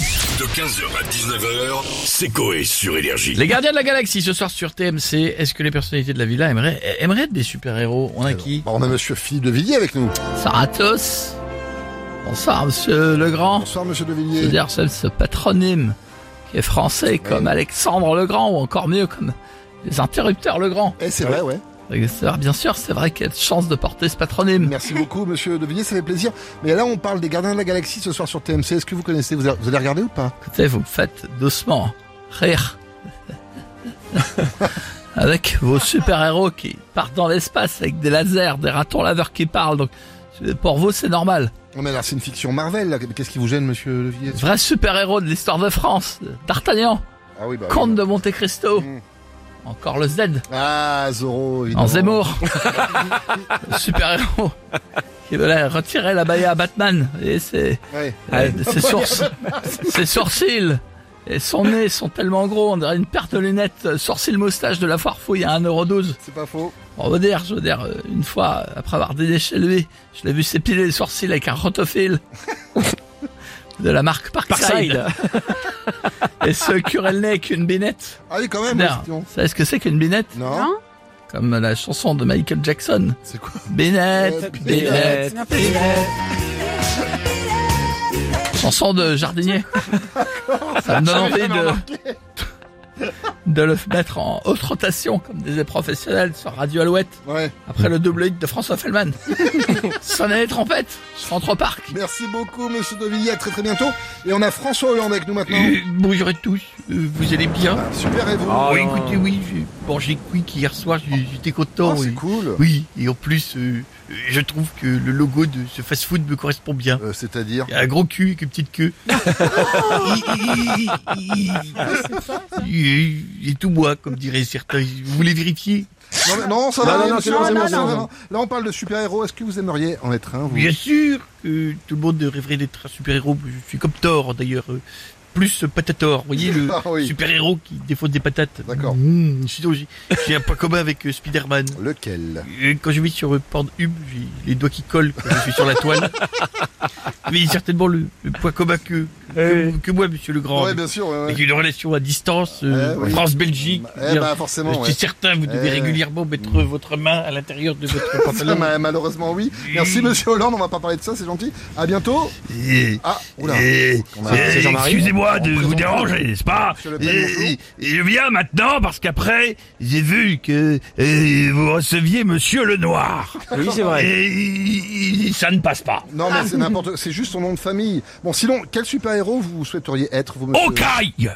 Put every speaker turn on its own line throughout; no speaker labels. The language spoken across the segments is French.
De 15h à 19h, c'est Coé sur Énergie.
Les gardiens de la galaxie ce soir sur TMC. Est-ce que les personnalités de la villa aimeraient, aimeraient être des super-héros On a qui
Bon, on a monsieur Philippe de Villiers avec nous.
Saratos Bonsoir monsieur Legrand.
Bonsoir monsieur de
Je veux
Villiers.
dire, seul ce patronyme qui est français comme Alexandre Legrand ou encore mieux comme les interrupteurs Legrand.
Eh, c'est vrai, ouais.
Alors, Bien sûr, c'est vrai qu'il y a de chances de porter ce patronyme.
Merci beaucoup monsieur de Villiers, ça fait plaisir. Mais là on parle des gardiens de la galaxie ce soir sur TMC. Est-ce que vous connaissez Vous avez vous avez regardé ou pas
Écoutez, vous me faites doucement rire. avec vos super-héros qui partent dans l'espace avec des lasers, des ratons laveurs qui parlent. Donc, pour vous, c'est normal.
Non mais alors c'est une fiction Marvel là. Qu'est-ce qui vous gêne monsieur de Villiers
Vrai super-héros de l'histoire de France. D'Artagnan,
Ah oui, bah. oui.
comte de Monte Cristo.
Mm.
Encore le Z,
Ah, Zoro, évidemment.
en Zemmour. Le super-héros qui voulait retirer la baïa à Batman. Et c'est...
Ouais.
Euh, ses, sourc- ses sourcils et son nez sont tellement gros, on dirait une paire de lunettes, euh, sourcils moustache de la foire fouille à 1,12€.
C'est pas faux.
On veut dire, je veux dire, euh, une fois, euh, après avoir dîné chez lui, je l'ai vu s'épiler les sourcils avec un rotophile de la marque Parkside. et se curer le nez avec une binette.
Ah oui, quand même.
D'ailleurs,
ouais, sinon.
Vous savez ce que c'est qu'une binette
Non.
Comme la chanson de Michael Jackson.
C'est quoi Euh,
Binette,
binette,
binette, binette. Chanson de jardinier. Ça me donne envie de, de le mettre en haute rotation, comme disaient professionnels sur Radio Alouette,
Ouais.
après le double hit de François Fellman. Sonner les trompettes, Centre Parc.
Merci beaucoup monsieur de Villiers. À très très bientôt. Et on a François Hollande avec nous maintenant.
Euh, bonjour à tous, euh, vous allez bien
Ah, super et vous
Oui, écoutez, oui, j'ai mangé quick hier soir, j'ai- j'étais content.
Oh, c'est
oui.
cool.
Oui, et en plus, euh, euh, je trouve que le logo de ce fast-food me correspond bien.
Euh, C'est-à-dire.
Il y a un gros cul avec une petite queue. Il est tout moi, comme diraient certains. Vous voulez vérifier
Non, mais- non, ça va.
Non, non, non,
monsieur,
c'est bon, c'est bon,
ça
c'est
va.
bon.
Là on parle de super héros. Est-ce que vous aimeriez en être un vous
Bien sûr que tout le monde rêverait d'être un super-héros. Je suis comme Thor, d'ailleurs. euh, Plus Patator, vous voyez, le
Ah oui.
super-héros qui défonce des patates.
D'accord.
Mmh, sinon, j'ai- j'ai un point commun avec euh, Spider-Man.
Lequel
Euh, Quand je vais sur euh, Pornhub, j'ai les doigts qui collent quand je suis sur la toile. Mais certainement le, le point commun que, que, que moi, monsieur Legrand.
Ouais, bien sûr. ouais, ouais.
avec une relation à distance, euh,
Eh oui.
France-Belgique.
Eh
je veux dire,
bah,
je
forcément.
suis
ouais.
certain, vous devez
Eh.
régulièrement mettre votre main à l'intérieur de votre
Ça,
pantalon.
ma- malheureusement, oui. Merci, monsieur Hollande. On va pas parler de ça, c'est gentil. À bientôt.
Eh,
Ah, oula.
eh,
On a-
eh,
c'est Jean-Marie.
Excusez-moi de
On
vous
présente-
déranger, n'est-ce pas
Monsieur Le Pen, bonjour.
Eh, eh, Je viens maintenant parce qu'après, j'ai vu que eh, vous receviez Monsieur Lenoir.
Oui, c'est vrai.
Et il- il- ça ne passe pas.
Non, mais c'est n'importe. C'est juste son nom de famille. Bon, sinon, quel super héros vous souhaiteriez être, vous,
Oh,
monsieur
Okai
Hawkeye.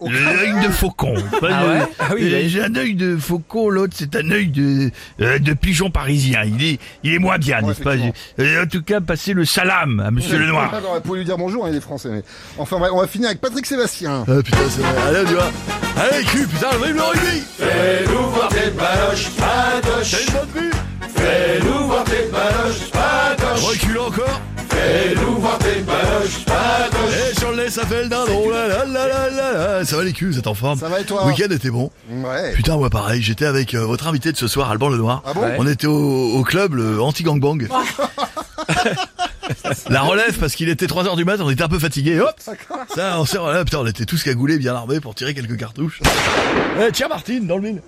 L'œil de faucon. Pas
Ah
de-
ouais Ah oui,
euh,
il a-
J'ai un œil de faucon, l'autre c'est un œil de, euh, de pigeon parisien. Il est, il est moins bien,
Ouais,
n'est-ce pas
effectivement.
Euh, En tout cas, passez le salam à Monsieur Lenoir.
Alors, Ah, vous pouvez lui dire bonjour, hein, il est français. Mais... Enfin, bref, on va finir avec Patrick Sébastien.
Ah putain, c'est vrai. Allez, on y va. Allez, cul, putain, le le rugby.
Fais-nous voir tes baloches,
T'as
patoche.
une bonne vue
Fais-nous voir tes baloches, patoche.
Recule encore.
Fais-nous voir tes baloches, patoche.
Et sur le nez, ça fait le dindon. Là, là, là, là, là, là. Ça va les culs, vous êtes en forme
Ça va et toi
Week-end était bon.
Ouais.
Putain, moi pareil, j'étais avec euh, votre invité de ce soir, Alban Lenoir.
Ah bon Ouais.
On était au, au club, le anti-gangbang. La relève, parce qu'il était 3h du mat, on était un peu fatigué. Hop Ça, on s'est relève. Putain, on était tous cagoulés, bien armés pour tirer quelques cartouches. Eh, tiens, Martine, dans le mille.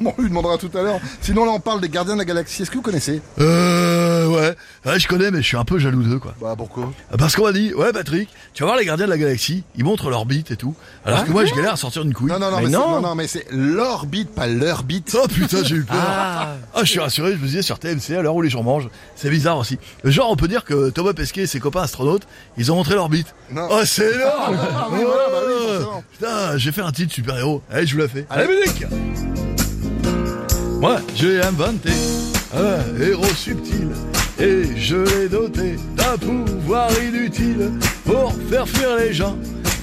Bon, on lui demandera tout à l'heure. Sinon, là, on parle des gardiens de la galaxie. Est-ce que vous connaissez
Euh, ouais. Ouais, je connais, mais je suis un peu jaloux d'eux, quoi.
Bah, pourquoi
Parce qu'on m'a dit, ouais, Patrick, tu vas voir les gardiens de la galaxie, ils montrent leur bite et tout. Alors que moi, je galère à sortir une couille.
Ah Non, non, non, mais, c'est- non, non, mais c'est l'orbite, pas leur bite.
Oh putain, j'ai eu peur. Ah. je suis rassuré, je me disais sur TMC, à l'heure où les gens mangent, c'est bizarre aussi. Genre, on peut dire que Thomas Pesquet et ses copains astronautes, ils ont montré leur bite.
Non.
Oh, c'est énorme
Ah oui, voilà, bah oui, forcément.
Putain, j'ai fait un titre super-héros. Allez, je vous la fais. Allez, musique Moi, j'ai inventé un héros subtil et je l'ai doté d'un pouvoir inutile pour faire fuir les gens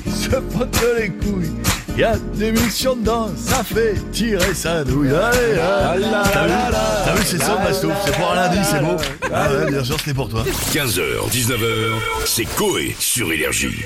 qui se frottent les couilles. Y a des munitions dedans, ça fait tirer sa douille. Allez, allez. T'as vu, T'as vu, c'est ça, Mastouf. C'est pour un lundi, c'est beau. Ah ouais, bien sûr, c'était pour toi.
15h, 19h, c'est Coé sur Énergie.